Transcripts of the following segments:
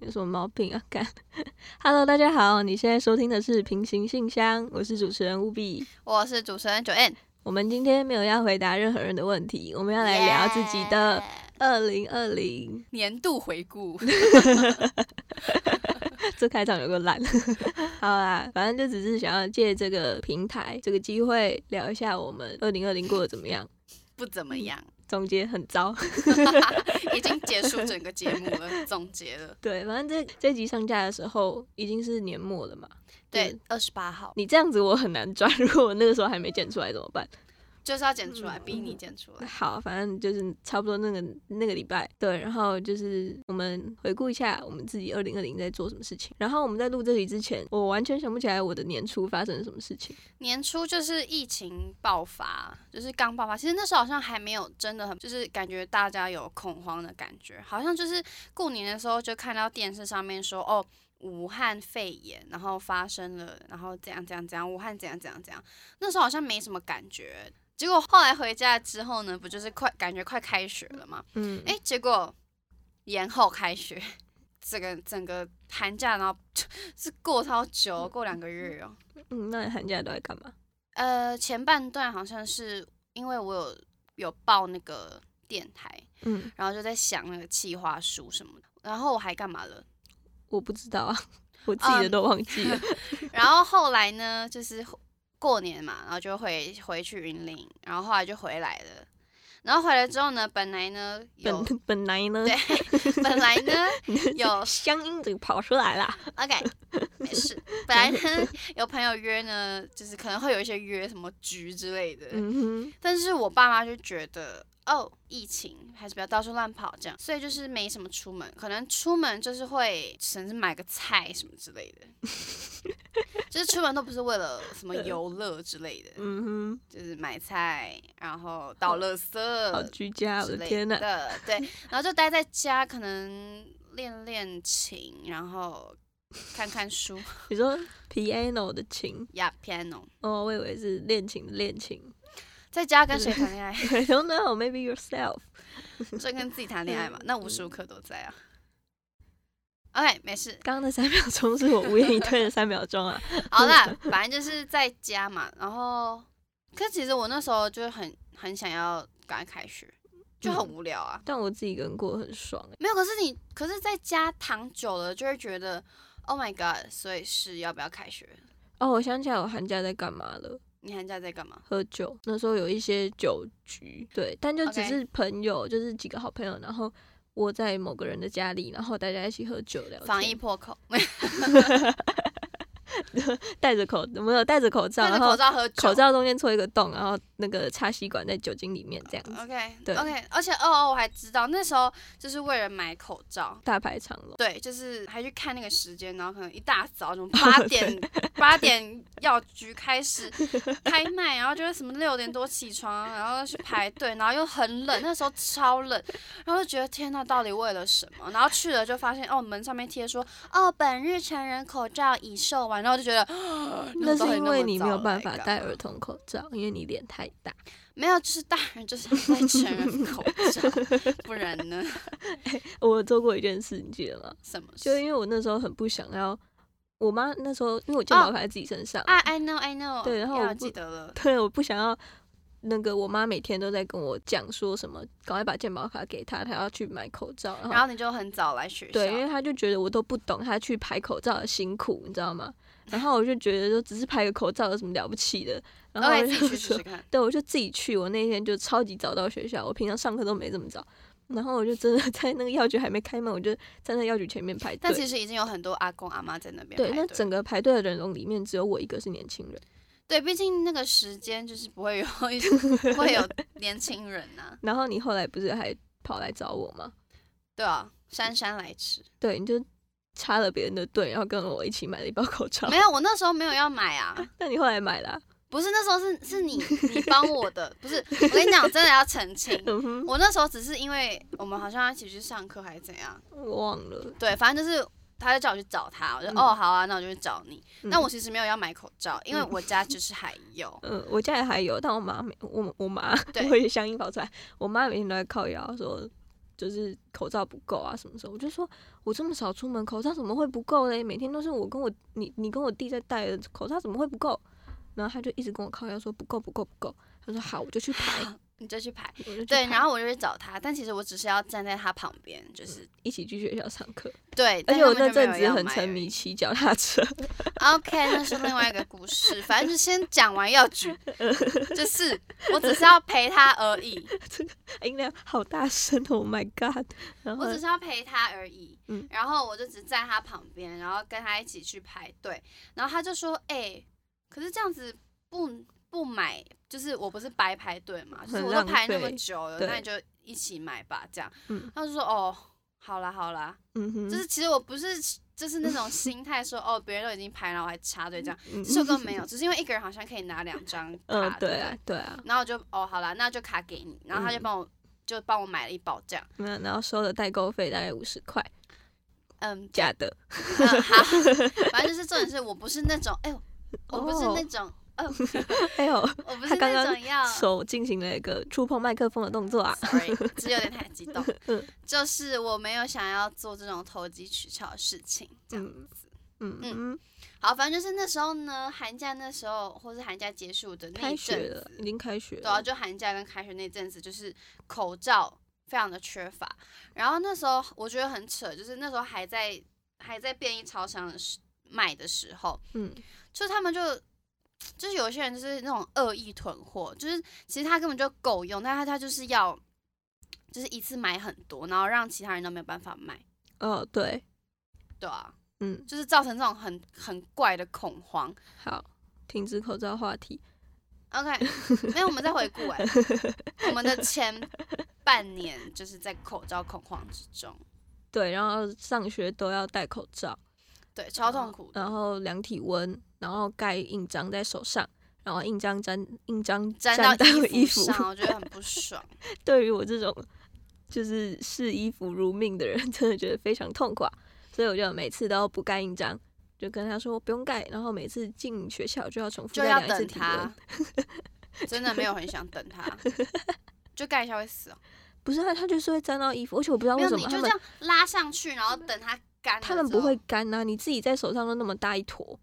有什么毛病啊？干 ，Hello，大家好，你现在收听的是《平行信箱》，我是主持人务必。我是主持人九 N，我们今天没有要回答任何人的问题，我们要来聊自己的二零二零。 年度回顾。 这开场有个烂， 好啦，反正就只是想要借这个平台、这个机会聊一下我们二零二零过得怎么样，不怎么样，总结很糟。 已经结束整个节目了，总结了。对，反正这这集上架的时候已经是年末了嘛。嗯对，，二十八号你这样子我很难抓，如果我那个时候还没剪出来怎么办？就是要剪出来，逼你剪出来。好，反正就是差不多那个那个礼拜，对，然后就是我们回顾一下我们自己二零二零在做什么事情。然后我们在录这里之前，我完全想不起来我的年初发生了什么事情。年初就是疫情爆发，就是刚爆发。其实那时候好像还没有真的很，就是感觉大家有恐慌的感觉，好像就是过年的时候就看到电视上面说，哦，武汉肺炎，然后发生了，然后怎样怎样怎样，武汉怎样怎样怎样。那时候好像没什么感觉，结果后来回家之后呢，不就是快感觉快开学了嘛？嗯，哎、结果延后开学， 这个整个寒假，然后 是过超久，过两个月哦。嗯，那你寒假都在干嘛？呃，前半段好像是因为我有有报那个电台，嗯，然后就在想那个企划书什么的，然后我还干嘛了？ 我不知道啊，我自己的都忘记了。然后后来呢，就是过年嘛，然后就回回去云林，然后后来就回来了。然后回来之后呢，本来呢有本本来呢，对， 本来呢 有乡音怎么跑出来啦？ OK，没事。本来呢，有朋友约呢，就是可能会有一些约什么局之类的，嗯哼，但是我爸妈就觉得。哦，疫情还是不要到处乱跑这样，所以就是没什么出门，可能出门就是会甚至买个菜什么之类的， 就是出门都不是为了什么游乐之类的，嗯就是买菜，然后倒垃哼，好圾居家，我呃之的类天呐，的，对，然后就待在家，可能练练琴，然后看看书， 你说 piano 的琴，呀、piano，哦，我以为是恋情的恋情。在家跟谁谈恋 爱？I don't know, maybe yourself。就跟自己谈恋爱嗯嘛，那无时无刻都在啊。OK，没事，刚刚那三秒钟是我无言以对的三秒钟啊。好 啦，反正就是在家嘛。然后，可其实我那时候就很很想要赶快开学，就嗯很无聊啊。但我自己一个人过得很爽、欸，没有，可是你可是在家躺久了，就会觉得 Oh my God，所以是要不要开学？哦，我想起来我寒假在干嘛了，你寒假在干嘛？喝酒。那时候有一些酒局，对，但就只 OK 是朋友就是几个好朋友，然后我在某个人的家里，然后大家一起喝酒聊天防疫破口， 戴着口，没有戴着口罩，戴 着然口后罩喝酒。口罩中间戳一个洞，然后那个插吸管在酒精里面这样子，哦 OK，对 OK，而且哦哦，我还知道那时候就是为了买口罩，大排长龙。对，就是还去看那个时间，然后可能一大 早什么八点八点药局开始开卖，然后就是什么六点多起床，然后去排队，然后又很冷，那时候超冷，然后就觉得天呐，到底为了什么？然后去了就发现哦，门上面贴说哦，本日成人口罩已售完，然后就觉得那是因为你没有办法戴带儿童口罩，因为你脸太大。 没有，就是大人就是要戴成人口罩，不然呢？我做过一件事，你记得吗？什么就事？因为我那时候很不想要，我妈那时候因为我健保卡在自己身上，哦啊，I know, I know，对然后要我不记得了。 对，我不想要那个我妈每天都在跟我讲说什么，赶快把健保卡给她，她要去买口罩，然后然后你就很早来学校，对，因为她就觉得我都不懂她去排口罩的辛苦，你知道吗？然后我就觉得说只是排个口罩有什么了不起的，然后我 OK，自就己去试说试 看。对，我就自己去。我那天就超级早到学校，我平常上课都没这么早。然后我就真的 在那个药局还没开门，我就站在药局前面排但其队。实已经有很多阿公阿妈在那边对，排那队整个排队的人龙里面，只有我一个是年轻人。对，毕竟那个时间就是不会有 不 会有年轻人呐、 然后你后来不是还跑来找我吗？对啊，姗姗 来迟。对，你就插了别人的队，然后跟我一起买了一包 口罩。没有，我那时候没有要买啊，那你后来买了啊、不是那时候是是你你帮我的，不是我跟你讲，真的要 澄清。嗯哼，我那时候只是因为我们好像要一起去上课还是怎样，我忘了。对，反正就是他就叫我去找他，我就、嗯哦好啊，那我就去找你。嗯但我其实没有要买口罩，因为我家就是还有， 嗯，我家里 还有，但我妈没，我我妈，对我也相应跑出来。我妈每天都在靠腰说，就是口罩不够啊什么时候，我就说我这么少出门，口罩怎么会不够嘞？每天都是我跟我你你跟我弟在戴的，口罩怎么会不够？然后他就一直跟我靠腰说不够不够不够，他说好我就去 排，你就去排。我就去对，排然后我就去找他，但其实我只是要站在他旁边，就是一起去学校上课，对。而但且他我们那就没阵有子要很买沉而已迷骑脚踏车， OK，那是另外一个故事。反正就先讲完药局，就是我只是要陪他而已，音量好大声哦，Oh my god！然后我只是要陪他而已。嗯然后我就只站他旁边，然后跟他一起去排队。然后他就说：“哎、可是这样子不不买，就是我不是白排队嘛？就是很我都浪排那么费久了，对那你就一起买吧。”这样，嗯他就说：“哦，好啦好啦，嗯哼，就是其实我不是就是那种心态说，哦，别人都已经排了，我还插队这样。”嗯其实我根本没有，只是因为一个人好像可以 拿两张卡，嗯对对不啊对对啊，然后我就哦，好啦，那就卡给你，然后他就嗯帮我、就帮我买了一包这样，那然后收的代购费大概五十块， 嗯，假的，嗯好，反正就是重点是我不是那种，哎呦，我不是那种，哦，哎呦，我不他是刚那刚种要手进行了一个触碰麦克风的动作啊， ，sorry，只有点太激动 嗯，就是我没有想要做这种投机取巧的事情，这样。嗯嗯嗯，好，反正就是那时候呢，寒假那时候，或是寒假结束的那开一学阵了子，，已经开学对啊，了，就寒假跟开学那阵子，就是口罩非常的缺乏。然后那时候我觉得很扯，就是那时候还在还在便利超商的时卖的时候，嗯，就是他们就就是有些人就是那种恶意囤货，就是其实他根本就够用，但他他就是要就是一次买很多，然后让其他人都没有办法买，哦对，对啊，嗯，就是造成这种很很怪的恐慌。好，停止口罩话题， OK，没有， 我们再回顾哎、我们的前半年就是在口罩恐慌之中，对，然后上学都要戴口罩，对，超痛苦的哦然后量体温，然后盖印章在手上。然后印章沾印章粘到到衣服上，我觉得很 不爽。对于我这种就是视衣服如命的人， 真的觉得非常痛苦啊。所以我就每次都不盖印章，就跟他说我不用盖，然后每次进学校就要重复就再要量一次等体温他。，真的没有很想等他， 就盖一下会死哦、不是啊，他就是会沾到衣服，而且我不知道没啊为什有，你么就他这们样拉上去，然后等它干了之后。他们不会干啊，你自己在手上都那么大一坨，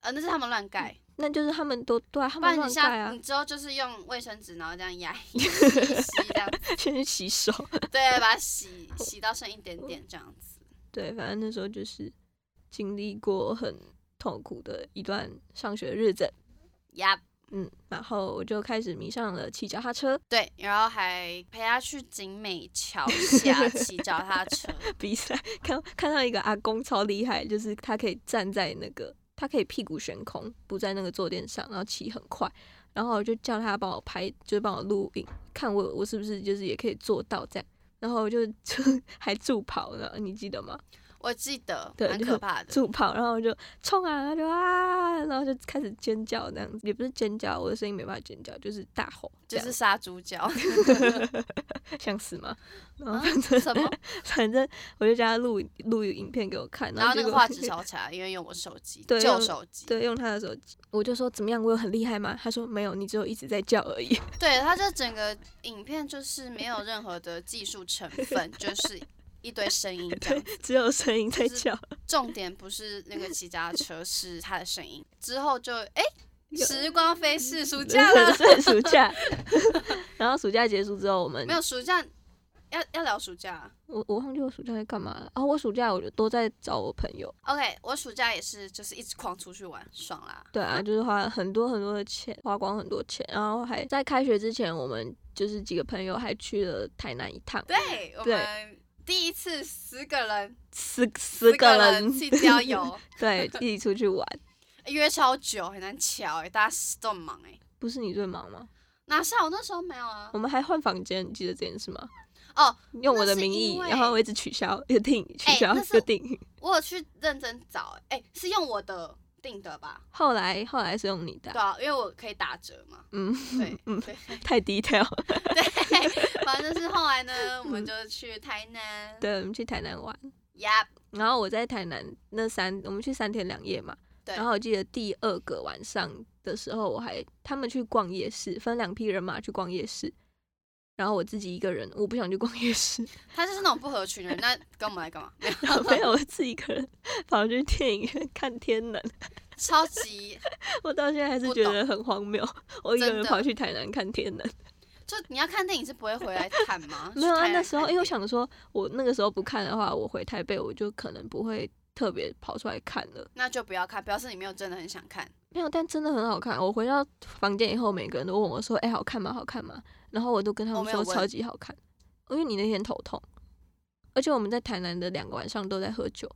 呃，那是他们乱盖，那就是他们都对啊，他不们然你乱盖像啊你，之后就是用卫生纸，然后这样压 一吸一吸这样，先去洗手。 对，把它洗洗到剩一点点这样子。对，反正那时候就是经历过很痛苦的一段上学日子，呀、嗯，然后我就开始迷上了骑脚踏车，对，然后还陪他去景美桥 下骑脚踏车，比赛，看看到一个阿公超厉害，就是他可以站在那个，他可以屁股悬空，不在那个坐垫上，然后骑很快。然后我就叫他帮我拍，就是帮我录影，看我我是不是就是也可以做到这样。然后我就 就还助跑呢，你记得吗？我记得对蛮就可怕的。助跑，然后我就冲啊，然后就啊，然后就开始尖叫那样子，也不是尖叫，我的声音没办法尖叫，就是大吼，就这是样杀 猪脚，想死吗？ 然后啊反正、什么？反正我就叫他录录影片给我看，然后那结个果画质超差，因为用我手机，对旧用手机。对，用他的手机，我就说怎么样，我有很厉害吗？他说没有，你只有一直在叫而 已。对，它这整个影片就是没有任何的技术成分，就是一堆声音这对样。，只有声音在就是叫。重点不是那个骑脚踏车，是它的声音。之后就哎，有时光飞逝， 暑假了，对，暑 假。然后暑假结束之后，我们没有暑假，要要聊暑假啊。我我忘记我暑假在干嘛了。哦，我暑假我就都在找我朋友。 OK，我暑假也是，就是一直狂出去玩，爽啦。对啊，就是花了很多很多的钱，花光很多钱。然后还在开学之前，我们就是几个朋友还去了台南一趟，对，我对们第一次十个人，四十四个人人去 郊游，对一起出去玩。约超久，很难瞧哎，大家都很忙哎。不是你最忙吗？哪像我那时候没有啊我？们还换房间，你记得这件事吗？哦，用我的那是名因义，为然后我一直取消，又订，取哎消那是又订。我有去认真找，哎、是用我的订的吧？后来后来是用你的对啊，啊，因为我可以打折嘛。嗯，对 嗯对太 detail。对，反正就是后来呢，我们就去台南。对，我们去台南玩，呀，然后我在台南那三，我们去三天两夜嘛。对然后我记得第二个晚上的时候，我还他们去逛夜市，分两批人马去逛夜市。然后我自己一个人，我不想去逛夜市， 他就是那种不合群的人，那跟我们来干嘛？没有，然后没有我自己一个人跑去电影院看《天能》，超级我到现在还是觉得很荒谬。我一个真人的跑去台南看《天能》，就你要看电影是不会回来看吗？ 没有啊。去台南那时候看因为我电影想说，我那个时候不看的话，我回台北我就可能不会特别跑出来看了。那就不要看，表示你没有真的很想看。没有，但真的很好看。我回到房间以后，每个人都问我说：“哎、好看吗？好看吗？”然后我都跟他我们没有说问超级好看，因为你那天头痛，而且我们在台南的两个晚上都在喝酒，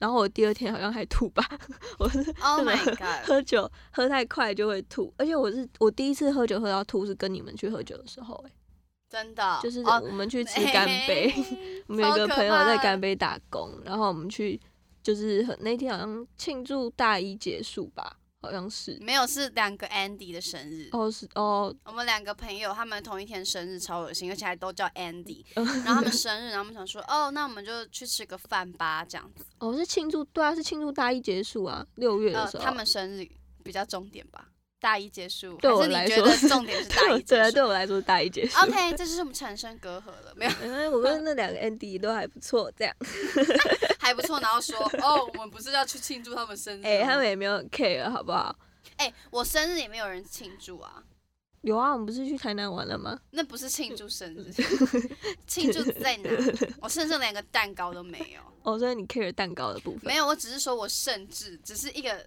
然后我第二天好像还吐吧， 我是 Oh my 真 god！喝酒喝太快就会吐，而且我是我第一次喝酒喝到吐是跟你们去喝酒的时候、哎，真的 就是哦我们去吃干杯，嘿我们有一个超可朋友在怕干杯打工，然后我们去就是很那天好像庆祝大一结束吧，好像是。 没有是两个 Andy 的生日。哦，是哦，我们两个朋友，他们同一天生日，超恶心，而且还都叫 Andy。然后他们生日，然后我们想说，哦，那我们就去吃个饭吧，这样子。哦，是庆祝，对啊，是庆祝大一结束啊，六月的呃，时候。他们生日比较重点吧，大一结束，对还我是来你觉说得重点是大对我 一对结啊，束对我啊来说是大一结束。 ？OK，这就是我们产生隔阂了，没有嗯，我跟那两个 Andy 都还不错，这样。还不错。然 后说，哦，我们不是要去庆祝他们生日吗？哎、他们也没有很 care，好不好？哎、我生日也没有人庆祝啊，有啊，我们不是去台南玩了吗？那不是庆祝 生日，庆祝在哪？我甚至连个蛋糕都没有，哦，所以你 care 蛋糕的部分。没有，我只是说我甚至只是一个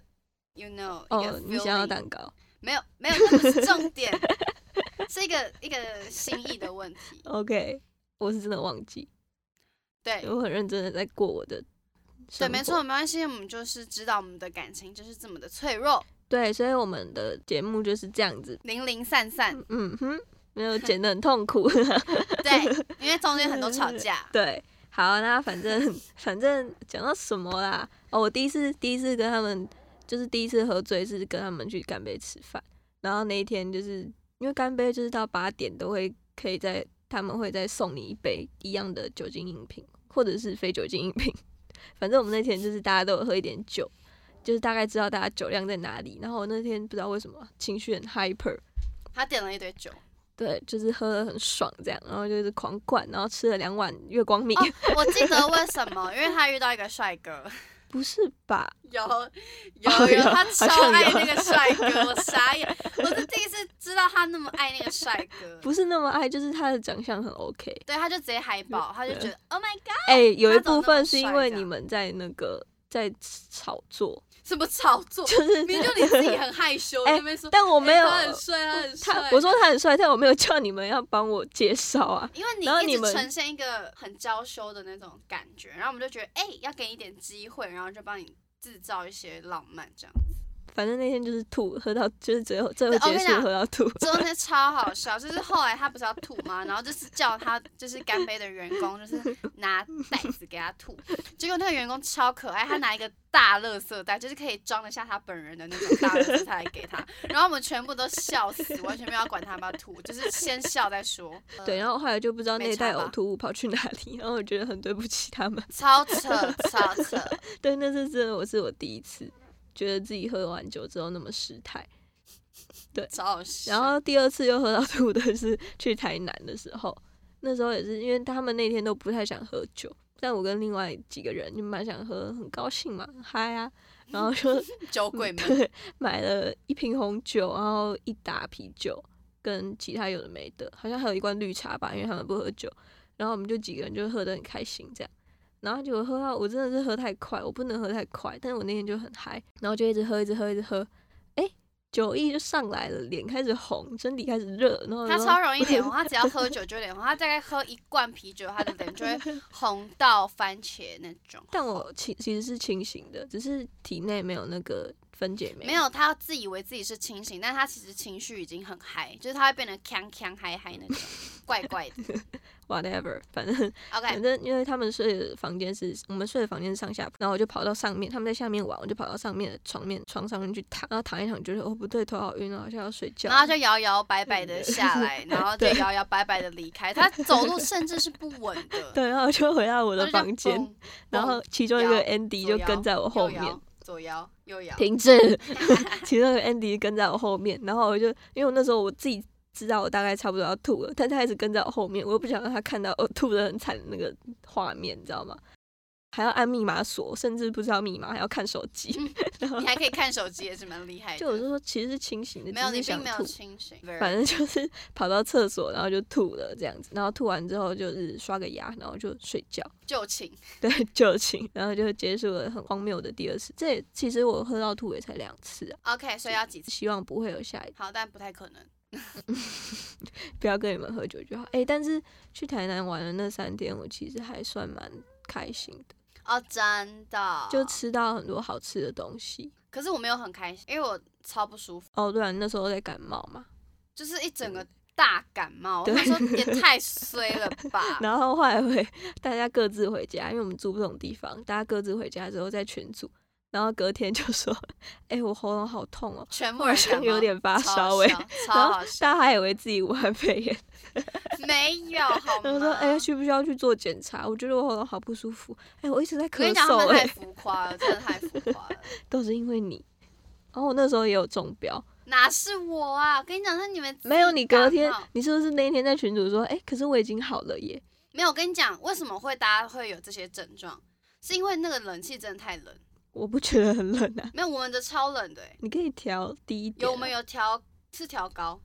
，you know，一个哦，你想要 feeling 蛋糕？没有没有，那不是重点，是一个一个心意的问题。 OK，我是真的忘记，对我很认真的在过我的。对，没错，。没关系，我们就是知道我们的感情就是这么的脆弱，对，所以我们的节目就是这样子。零零散散。嗯哼，没有剪得很痛苦。。对，因为中间很多吵架 对，好，那反正反正讲到什么啦？哦，我第一次第一次跟他们就是第一次喝醉是跟他们去干杯吃饭，然后那一天就是因为干杯就是到八点都会可以在他们会再送你一杯一样的酒精饮品或者是非酒精饮品， 反正我们那天就是大家都有喝一点酒。就是大概知道大家酒量在哪里，然后我那天不知道为什么情绪很 hyper，他点了一堆酒，对，就是喝的很爽这样，然后就是狂灌，然后吃了两碗月光米，哦我记得为什么，因为他遇到一个帅哥。不是吧？有哦有有有，他好超像爱有那个帅哥，我傻眼，我是第一次知道他那么爱那个帅哥。 不是那么爱，就是他的长相很 OK。对，他就直接海报，他就 觉得 Oh my God，哎、有一他怎么部分是那么因帅为这你样们在那个在炒作，什么炒作？就是哦明明就你自己很害羞，哎在那边说 但我我没有、他很帅，他很帅。他，我说他很帅，但我没有叫你们要帮我介绍啊。因为然后你你一直们呈现一个很娇羞的那种感觉，然后我们就觉得，哎、要给你一点机会，然后就帮你制造一些浪漫，这样。反正那天就是吐，喝到就是最后最后对哦结我跟你束讲喝到吐， 真的超好笑，就是后来他不是要吐吗？然后就是叫他就是干杯的员工，就是拿袋子给他吐。结果那个员工超可爱，他拿一个大垃圾袋，就是可以装得下他本人的那种大垃圾袋给他。然后我们全部都笑死，完全没有要管他要不要吐，就是先笑再说。呃对，然后后来就不知道没那袋差吧呕吐物跑去哪里，然后我觉得很对不起他们。超扯超扯，对，那是真的，我是我第一次觉得自己喝完酒之后那么失态。超好笑。然后第二次又喝到吐的是去台南的时候，那时候也是因为他们那天都不太想喝酒，但我跟另外几个人就蛮想喝，很高兴嘛，很嗨啊，然后就酒鬼们。嗯对 买了一瓶红酒，然后一打啤酒，跟其他有的没的，好像还有一罐绿茶吧，因为他们不喝酒，然后我们就几个人就喝得很开心这样。然后结果喝到我真的是喝太快，我不能喝太快，但是我那天就很嗨，然后就一直喝，一直喝，一直喝，哎，酒意就上来了，脸开始红，身体开始热，嗯然后他就超容易脸红，他只要喝酒就脸红，他大概喝一罐啤酒，他的脸就会红到番茄那种。但我其其实是清醒的，只是体内没有那个分解酶，没有，他自以为自己是清醒，但他其实情绪已经很嗨，就是他会变得锵锵嗨嗨那种，怪怪的。 whatever，反正反 OK，正因为他们睡的房间是我们睡的房间是上下铺，然后我就跑到上面，他们在下面玩，我就跑到上面的床面床上面去躺，然后躺一躺，觉得哦不对，头好晕啊，好像要睡觉。然后就摇摇摆摆的下来，然后就对摇摇摆摆的离开，他走路甚至是不稳的。对，然后我就回到我我的房间，，然后其中一个摇 Andy 左就摇跟在我后右面摇，左摇右摇， 停止。其中一个 Andy 跟在我后面，然后我就因为我那时候我自己知道我大概差不多要吐了，但他一直跟在我后面，我又不想让他看到我吐的很惨的那个画面，你知道吗？还要按密码锁，甚至不知道密码还要看手机， 然后嗯你还可以看手机，也是蛮厉害的。就我就说其实是清醒的，没有，只是你想并没有吐，清醒。反正就是 跑到厕所，然后就吐了这样子，然后吐完之后就是刷个牙，然后就睡觉。 就寝，对，就寝，然后就结束了很荒谬的第二次。这也其实我喝到吐也才两次啊， OK，所以要几次？希望不会有下一次，好，但不太可能。不要跟你们喝酒就好。哎、但是去台南玩的那三天，我其实还算蛮开心的，哦，真的，就吃到很多好吃的东西。可是我没有很开心，因为我超不舒服，哦，对啊，那时候在感冒嘛，就是一整个大感冒。我对！想说也太衰了吧 然后后来回大家各自回家，因为我们住不同地方，大家各自回家之后在群组，然后隔天就说：“哎、我喉咙好痛哦，全部我好人感像冒有点发超烧好哎、笑 超然后好笑，大家还以为自己武汉肺 炎。没 有好然吗？后说：“哎、需不需要去做检查？我觉得我喉咙好不舒服。哎、我一直在我咳跟你讲，他嗽、们太哎，浮夸了，真的太浮 夸了。都是因为你。然后我那时候也有中标，哪是我啊？我跟你讲，是你们自己没有你隔天感冒，你是不是那一天在群主说，哎、可是我已经好了耶？没有。我跟你讲，为什么会大家会有这些症状？是因为那个冷气真的太冷，我不觉得很冷啊，没有我们的超冷的、欸，你可以调低一点、啊有我们？有调是调高，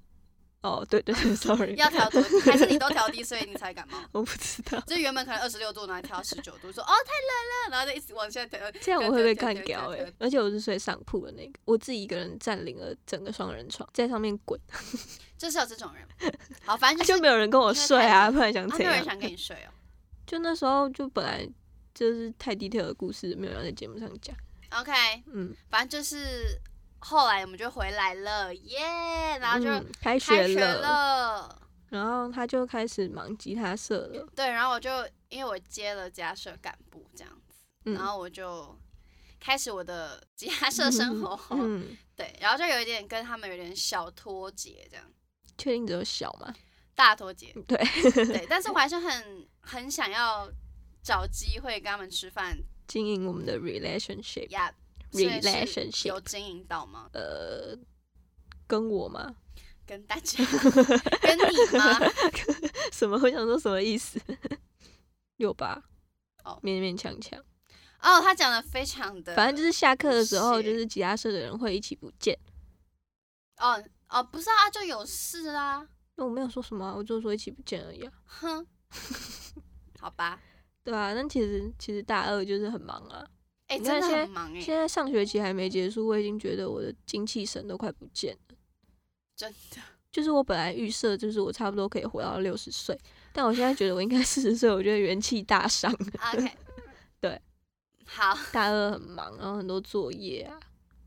哦，对对对 ，sorry，要调多 低，还是你都调低，所以你才感冒？我不知道，就原本可能二十六度，然后调十九度，说哦太冷了，然后就一直往下调。这样我会被干掉哎、对对对对而且我是睡上铺的那个，我自己一个人占领了整个双人床，在上面滚，就是有这种人。 好，反正就就是没有人跟我睡啊，不然想啊，怎没有人样？想跟你睡哦。就那时候就本来就是太 detail 的故事，没有人在节目上讲， OK，嗯。”反正就是后来我们就回来了，耶、然后就嗯、开开学学了，了。然后他就开始忙吉他社了。对，然后我就因为我接了家社干部这样子，嗯，然后我就开始我的吉他社生活。嗯， 对，然后就有一点跟他们有点小脱节这样。确定只有小吗？大脱节， 对对，但是我还是很很想要找机会跟他们吃饭经营我们的 relationship 呀。所以是 relationship 有经营到吗？呃，跟我吗？跟大家， 跟你吗？ 什么？我想说什么意思？ 有吧？哦勉勉强强，哦，他讲的非常的，反正就是下课的时候，是就是吉他社的人会一起不见。哦哦，不是啊，就有事啊，那我没有说什么啊、我就说一起不见而已啊。哼，好吧，对啊，但其实其实大二就是很忙啊。哎、你看真的现在很忙哎、现在上学期还没结束，我已经觉得我的精气神都快不见了。真的，就是我本来预设就是我差不多可以活到六十岁，但我现在觉得我应该四十岁，我觉得元气大伤。啊 OK， 对，好，大二很忙，然后很多作业啊，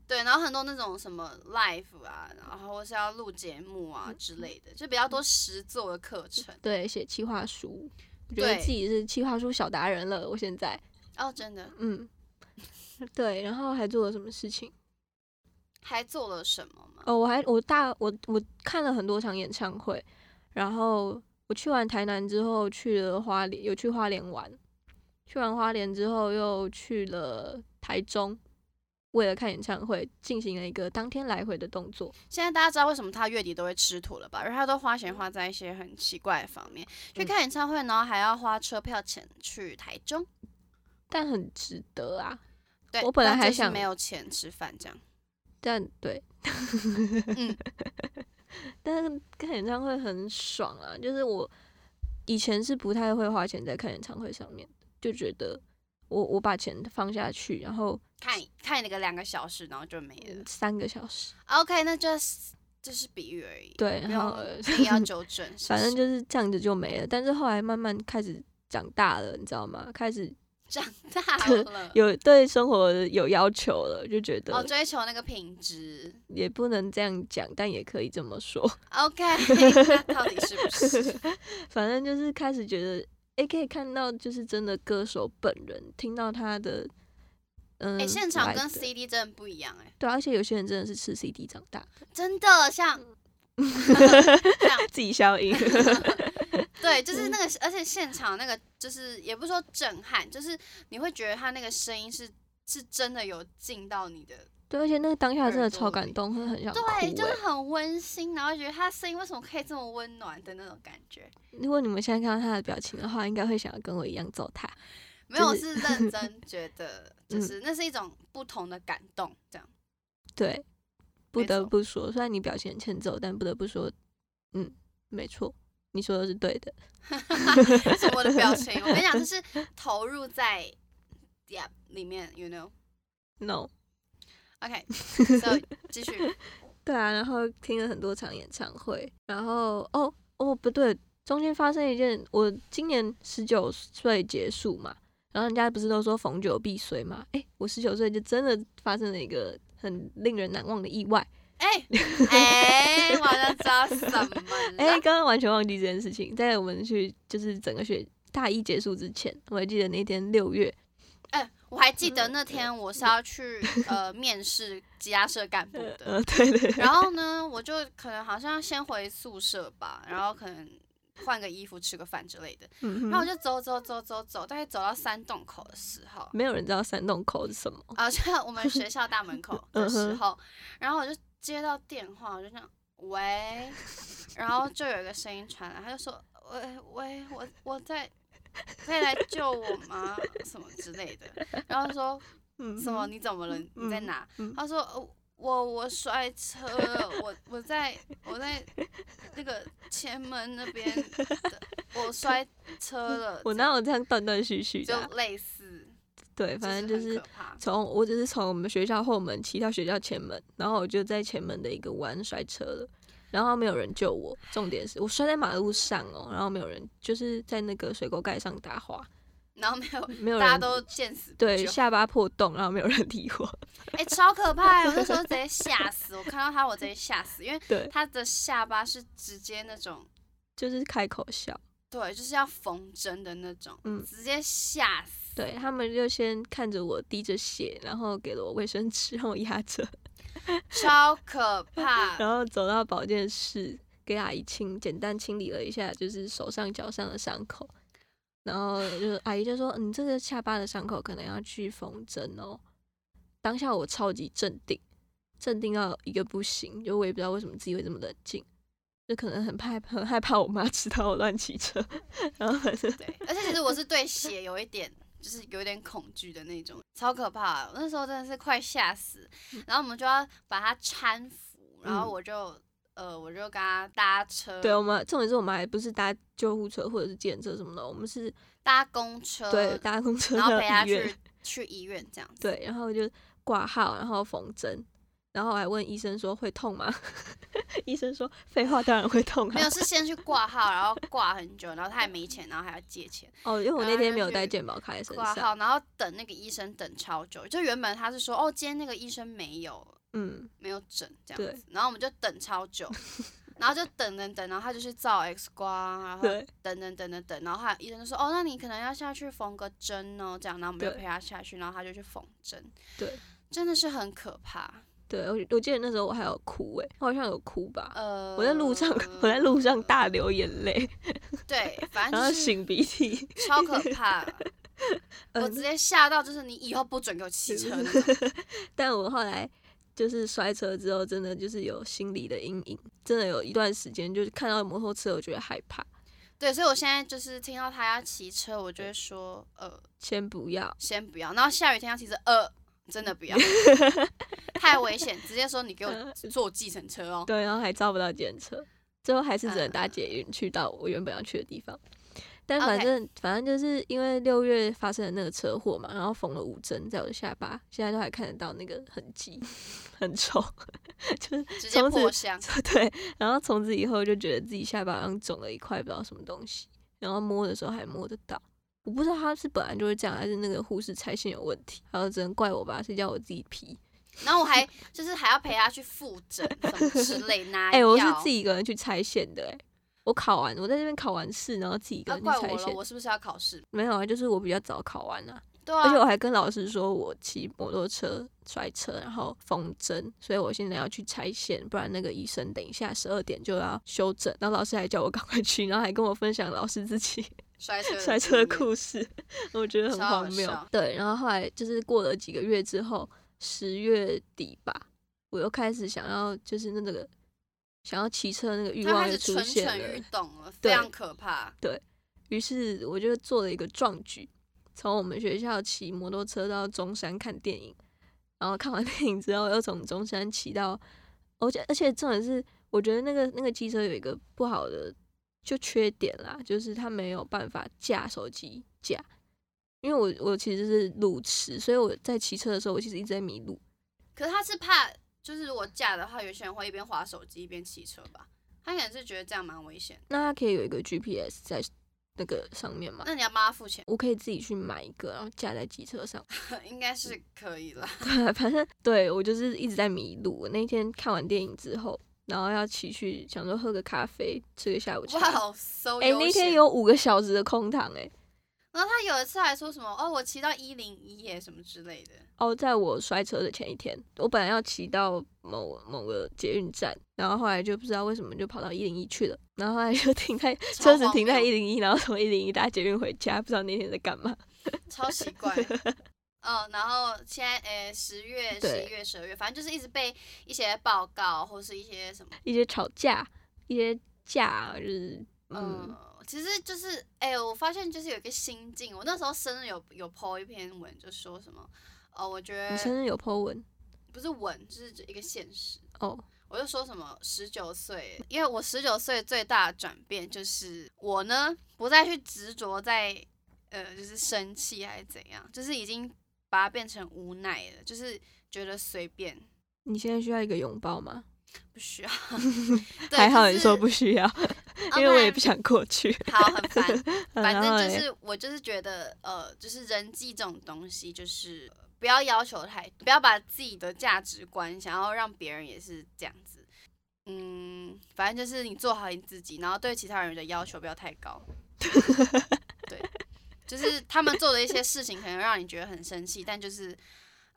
对，然后很多那种什么 live 啊，然后或是要录节目啊之类的，就比较多实作的课程。对，写企划书，我觉得对自己是企划书小达人了。我现在，哦，真的，嗯，对，然后还做了什么事情？还做了什么吗？哦，我还我大我我看了很多场演唱会，然后我去完台南之后去了花莲，有去花莲玩，去完花莲之后又去了台中，为了看演唱会进行了一个当天来回的动作。现在大家知道为什么他月底都会吃土了吧？因为他都嗯花钱花在一些很奇怪的方面，去看演唱会，然后还要花车票钱去台中。但很值得啊。对，我本来但就还是想没有钱吃饭这样。但对，嗯， 但是看演唱会很爽啊！就是我以前是不太会花钱在看演唱会上面的，就觉得我我把钱放下去，然后看看那个两个小时，然后就没了嗯。三个小时， OK，那就是就是比喻而已。对，不然后用硬要纠正。是不是 反正就是这样子就没了。但是后来慢慢开始长大了，你知道吗？开始长 大了，有对生活有要求了，就觉哦，得追求那个品质。也不能这样讲，但也可以这么说。 OK，那到底是不是？反正就是开始觉得，诶，可以看到就是真的歌手本人，听到他的，嗯，哎、现场来跟的 CD 真的不一样哎、对啊，而且有些人真的是吃 CD 长 大，真的 像像自己消音。对，就是嗯那个，而且现场那个就是也不是说震撼，就是你会觉得他那个声音是是真的有进到你的 对，而且那个当下真的超耳朵感里动，会很想哭、对，欸。就是很温馨，然后觉得他声音为什么可以这么温暖的那种感觉。如果你们现在看到他的表情的话，应该会想要跟我一样揍他。没有就是 认真觉得，就嗯是那是一种不同的感动，这样。对，不没得错不说，虽然你表情很欠揍，但不得不说，嗯，没错，你说的是对的。是我的表情，我跟你讲，就是投入在 yeah 里面，you know。 No， OK，so 继续。 对啊，然后听了很多场演唱会，然后哦哦不对，中间发生一件，我今年十九岁结束嘛，然后人家不是都说逢九必衰嘛，诶，我十九岁就真的发生了一个很令人难忘的意外，哎哎，我好像知道什么了。哎、刚刚完全忘记这件事情，在我们去就是整个学大一结束之前，我还记得那天六月，哎、我还记嗯得那天我是要去呃面试吉他社干部呃的，呃，对对对然后呢，我就可能好像先回宿舍吧，然后可能换个衣服、吃个饭之类的。嗯哼然后我就走走走走走，大概走到三洞口的时候，没有人知道山洞口是什么，啊，就我们学校大门口的时嗯哼候，然后我就接到电话，我就想喂，然后就有一个声音传来，他就说喂喂，我我在，可以来救我吗？什么之类的，然后说嗯什么？你怎么了？你在哪？嗯他说呃我我摔车了，我我在我在那个前门那边的，我摔车了， 我哪有这样断断续续的就啊、类似，对，反正就很是可怕。从我只是从我们学校后门骑到学校前门，然后我就在前门的一个弯摔车了。然后没有人救我，重点是我摔在马路上哦，然后没有人，就是在那个水沟盖上打滑，然后没有没有人大家都见死不对救下巴破洞，然后没有人 理我，哎、超可怕欸！我那时候直接吓死，我看到他我直接吓死，因为对，他的下巴是直接那种，就是开口笑，对，就是要缝针的那种，嗯直接吓死。对他们就先看着我滴着血，然后给了我卫生纸让我压着，超可 怕。然后走到保健室给阿姨清简单清理了一下，就是手上脚上的伤口，然后就是阿姨就说：“你、这个下巴的伤口可能要去缝针哦。”当下我超级镇定，镇定到一个不行，就我也不知道为什么自己会这么冷静。就可能很怕，很害怕我妈 知道我乱骑车，然后反正对，而且其实我是对血有一点，就是有一点恐惧的那种，超可怕。我那时候真的是快吓死，然后我们就要把他搀扶，然后嗯我就、呃，我就跟他搭车，对我哦们重点是我们还不是搭救护车或者是计程车什么的，我们是搭公车，对，搭公车呃然后陪到他医院去，去医院 这样子。对，然后就挂号，然后缝针，然后还问医生说会痛吗？ 医生说废话当然会痛没有，啊。是先去挂号，然后挂很久，然后他也没钱，然后还要借钱哦，因为我那然后天啊就没有带去健保卡在身挂上，号，然后等那个医生等超久。就原本他是说，哦，今天那个医生没有嗯，没有诊这样对子，然后我们就等超 久，然后就等等等，然后他就去照 X 光，啊然后对，等等等等等，然后还医生就说，哦，那你可能要下去缝个针哦，这样，然后我们就对陪他下去，然后他就去缝针，对，真的是很可怕。对我我记得那时候我还有哭诶、我好像有哭吧。呃，我在路上，我在路上大流眼泪，对，反然后正啊就是擤鼻涕。超可 怕， 我嗯直接吓到，就是你以后不准给 我骑车那种。但我后来就是摔车之后，真的就是有心理的阴影，真的有一段时间就是看到摩托车，我觉得害怕，对，所以我现在就是听到他要骑车，我就会说，呃，先不要。先不要。然后下雨天要骑车，呃，真的 不要，太危险，直接说你给我坐计程车哦。对，然后还招不到检测，最后还是只能搭捷运去到我原本要去的地方。但反 OK 正反正就是因为六月发生的那个车祸嘛，然后缝了五针在我的下巴，现在都还看得到那个痕迹，很丑，就是直接从破此箱，对，然后从此以后就觉得自己下巴好像肿了一块不知道什么东西，然后摸的时候还摸得到。我不知道他是本来就会这样，还是那个护士拆线有问题，然后只能怪我吧，谁叫我自己皮。然后我还 就是还要陪他去复诊什么之类，拿哎、我是药自己一个人去拆线的、哎，我考完，我在这边考完试，然后自己一个要人去啊怪拆我了，线。我是不是要考试？没有啊，就是我比较早考完啊，对而且我啊，还跟老师说我骑摩托车摔车，然后缝针，所以我现在要去拆线，不然那个医生等一下十二点就要休诊。然后老师还叫我赶快去，然后还跟我分享老师自己摔车的摔车的经验故事，我觉得很超好荒谬笑。对，然后后来就是过了几个月之后，十月底吧，我又开始想要就是那个想要骑车的那个欲他望开又始出蠢现蠢欲了。动了，非对常可怕。于是我就做了一个壮举，从我们学校骑摩托车到中山看电影，然后看完电影之后又从中山骑到，而且而且重点是，我觉得那个那个机车有一个不好的就缺点啦，就是它没有办法架手机架，因为我我其实是路痴，所以我在骑车的时候我其实一直在迷路。可是他是怕，就是如果架的话，有些人会一边划手机一边骑车吧。他可能是觉得这样蛮危险的。那它可以有一个 GPS 在那个上面吗？那你要帮他付钱，我可以自己去买一个，然后架在机车上。应该是可以啦。对，反正对我就是一直在迷路。我那天看完电影之后，然后要骑去想说喝个咖啡，吃个下午 茶。哇哦，so 哎、悠那闲天有五个小时的空档哎、然后他有一次还说什么哦，我骑到一零一耶什么之类的。哦，在我摔车的前一天，我本来要骑到某某个捷运站，然后后来就不知道为什么就跑到一零一去了，然后后来就停在超车子荒停在谬一零一，然后从一零一搭捷运回家，不知道那天在干嘛。超奇怪。嗯，然后现在呃十月、十对一月、十二月，反正就是一直被一些报告或是一些什么，一些吵架，一些架，啊就是嗯嗯，其实就是哎、我发现就是有一个心境。我那时候生日有有 po 一篇文，就说什么哦，我觉你生得日有 po 文不是文，就是一个现实。哦，我就说什么十九岁，因为我十九岁最大的转变就是我呢不再去执着在呃就是生气还是怎样，就是已经把它变成无奈了，就是觉得随便。你现在需要一个拥抱吗？不需要。 对还好就你说是不需要，啊因为我也然不想过 去。好，很烦。反嗯然正后就嘞是我就是觉得，呃，就是人际这种东西，就是呃不要要求太，不要把自己的价值观想要让别人也是这样子。嗯，反正就是你做好你自己，然后对其他人的要求不要太 高。对，就是他们做的一些事情，可能让你觉得很生气，但就是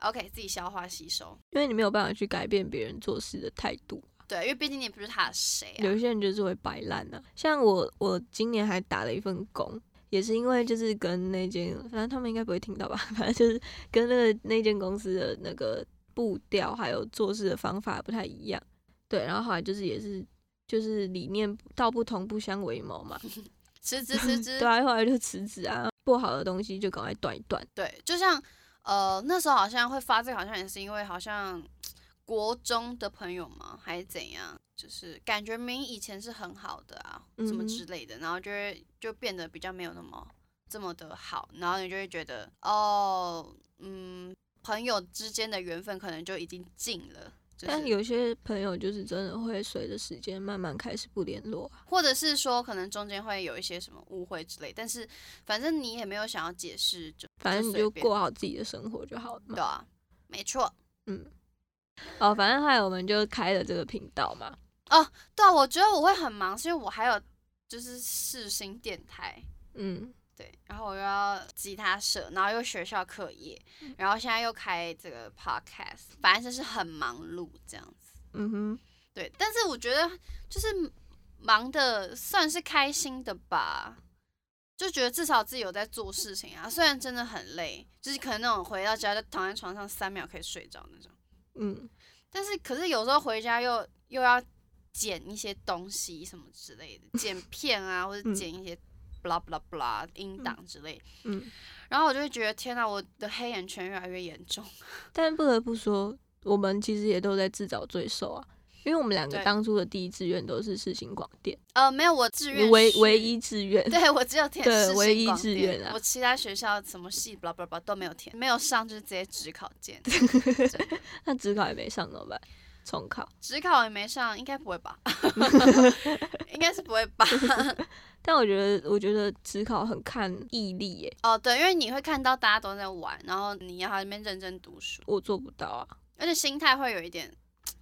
OK 自己消化吸收。因为你没有办法去改变别人做事的态度，对，因为毕竟你也不是他的谁啊。有 些人就是会摆烂啊。像我，我今年还打了一份工，也是因为就是跟那间，反正他们应该不会听到吧，反正就是跟那个那间公司的那个步调还有做事的方法不太一样。对，然后后来就是也是就是理念道不同不相为谋嘛，吃吃吃吃对，啊，后来就辞职啊，不好的东西就赶快断一断。对，就像呃那时候好像会发这个，好像也是因为好像国中的朋友嘛，还是怎样，就是感觉明明以前是很好的啊，什么嗯哼之类的，然后就会就变得比较没有那么这么的好，然后你就会觉得哦，嗯，朋友之间的缘分可能就已经尽了。就但是，有些朋友就是真的会随着时间慢慢开始不联络啊、或者是说，可能中间会有一些什么误会之类，但是反正你也没有想要解释，就反正你随就便过好自己的生活就好了对嘛。啊，没错。嗯，哦，反正后来我们就开了这个频道嘛。对啊，我觉得我会很忙，是因为我还有就是世新电台，嗯，对，然后我又要吉他社，然后又学校课业，然后现在又开这个 podcast，反正就是很忙碌这样子。嗯哼，对，但是我觉得就是忙的算是开心的吧，就觉得至少自己有在做事情啊，虽然真的很累，就是可能那种回到家就躺在床上三秒可以睡着那种。嗯，但是可是有时候回家又又要剪一些东西什么之类的，剪片啊，或者嗯剪一些 blah blah blah 音档之类。嗯，然后我就会觉得天哪，我的黑眼圈越来越严重。但不得不说，我们其实也都在自找罪受啊，因为我们两个对当初的第一志愿都是世新广电，呃，没有，我志愿唯是唯。一志愿。对，我只有填对世新唯一广志电愿啊我其他学校什么系 blah blah blah 都没有填，没有上就是直接只考见， 真的 那职考也没上怎么办？重考。只考也没上，应该不会 吧？应该是不会吧？但我觉得，我觉得职考很看毅力耶，哦，对，因为你会看到大家都在玩，然后你要在那边认真读书。我做不到啊。而且心态会有一点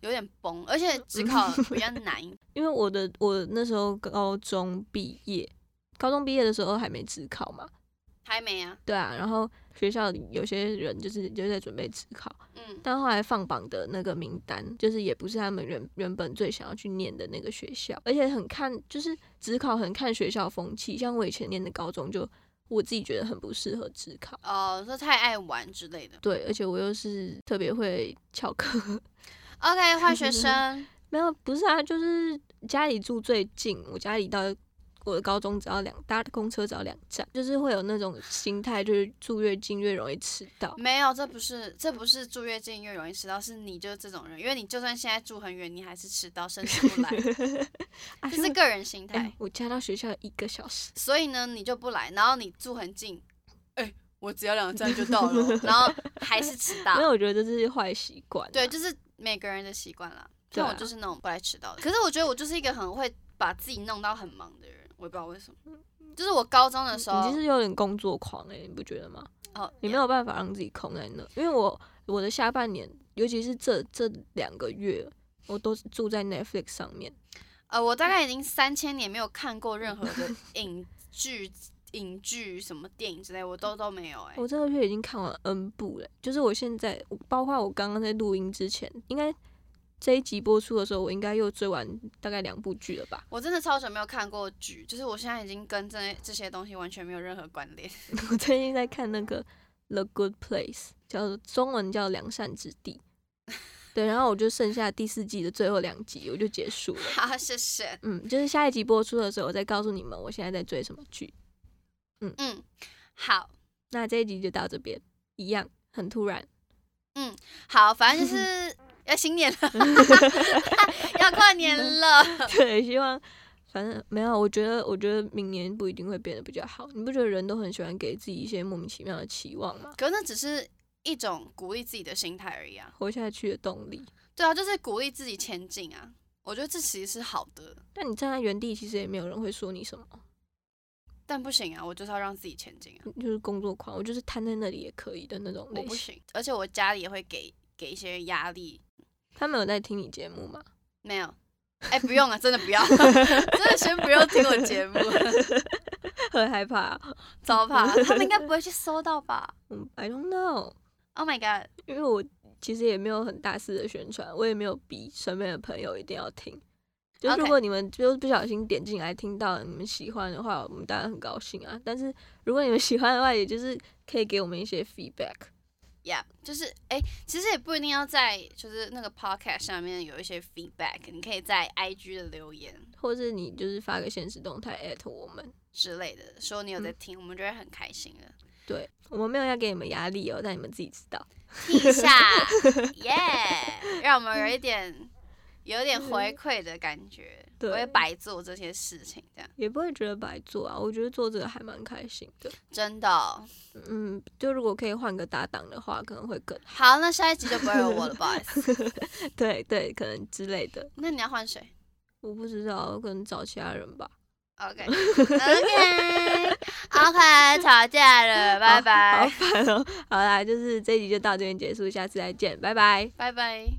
有点崩，而且只考比 较难。因为我的我那时候高中毕业，高中毕业的时候还没职考嘛，还没啊，对啊，然后学校里有些人就是就在准备职考，嗯，但后来放榜的那个名单，就是也不是他们原原本最想要去念的那个学校，而且很看就是职考很看学校风气，像我以前念的高中就。我自己觉得很不适合职考。哦，说太爱玩之类的。对，而且我又是特别会翘课， OK，坏学生没有，不是啊，就是家里住最近，我家里到我的高中只要两搭公车只要两站，就是会有那种心态，就是住越近越容易迟到。没有，这不是这不是住越近越容易迟到，是你就是这种人，因为你就算现在住很远，你还是迟到，甚至 不来， 啊，这就是个人 心哎、态。我家到学校一个小时，所以呢，你就不来，然后你住很近，哎、我只要两站就到了， 然后还是迟 因为到。我觉得这是坏习惯啊、啊对，就是每个人的习惯啦。对像啊我就是那种不爱迟到的，可是我觉得我就是一个很会把自己弄到很忙的人，我也不知道为什么。就是我高中的时候，你就是有点工作狂哎、你不觉得吗？哦，你没有办法让自己空在那，因为我我的下半年，尤其是这这两个月，我都是住在 Netflix 上面。呃，我大概已经三千年没有看过任何 的影剧、影剧什么电影之类，我都都没有哎、嗯我这个月已经看完 N 部了，就是我现在，包括我刚刚在录音之前，应该这一集播出的时候，我应该又追完大概两部剧了吧？ 我真的超久没有看过剧，就是我现在已经跟这这些东西完全没有任何关联。 我最近在看那个《The Good Place》，叫做中文叫《良善之地》。对，然后我就剩下第四季的最后两集，我就结束了。好，谢谢。嗯，就是下一集播出的时候，我再告诉你们我现在在追什么剧。嗯，好，那这一集就到这边，一样很突然。 好，反正就是要新年了， 要过年了。 对，希望反正没有，我觉得我觉得明年不一定会变得比较好。你不觉得人都很喜欢给自己一些莫名其妙的期望吗？可是那只是一种鼓励自己的心态而已啊。活下去的动力。对啊，就是鼓励自己前进啊。我觉得这其实是好的，但你站在原地，其实也没有人会说你什么，但不行啊，我就是要让自己前进啊。你就是工作狂，我就是瘫在那里也可以的那种我类不型。行，而且我家里也会给给一些压力。他们有在听你节目吗？ 没有，哎、不用了，真的不要，真的先不用听我节目，很害怕啊、糟吧？他们应该不会去搜到吧嗯，I don't know， ？Oh my god！因为我其实也没有很大肆的宣传，我也没有逼身边的朋友一定要听。就 OK 如果你们就是不小心点进来听到你们喜欢的话，我们当然很高兴啊。但是如果你们喜欢的话，也就是可以给我们一些 feedback。 Yeah，就是哎、其实也不一定要在就是那个 podcast 上面有一些 feedback，你可以在 IG 的留言或是你就是发个现实动态 at 我们，之类的，说你有在听，我们就会很开心的。对我们没有要给你们压力哦，但你们自己知道。听 一下，Yeah，让我们有一点有一点回馈的感觉，不对会白做这些事情，这样也不会觉得白做啊，我觉得做这个还蛮开心的。真的哦、嗯，就如果可以换个搭档的话，可能会更 好，那下一集就不会有我了，不好意思。对对，可能之类的，那你要换谁我不知道，可能找其他人吧。 ？OK OK OK，吵架了，拜 好拜烦哦！好啦，就是这一集就到这边结束，下次再见，拜拜。拜拜。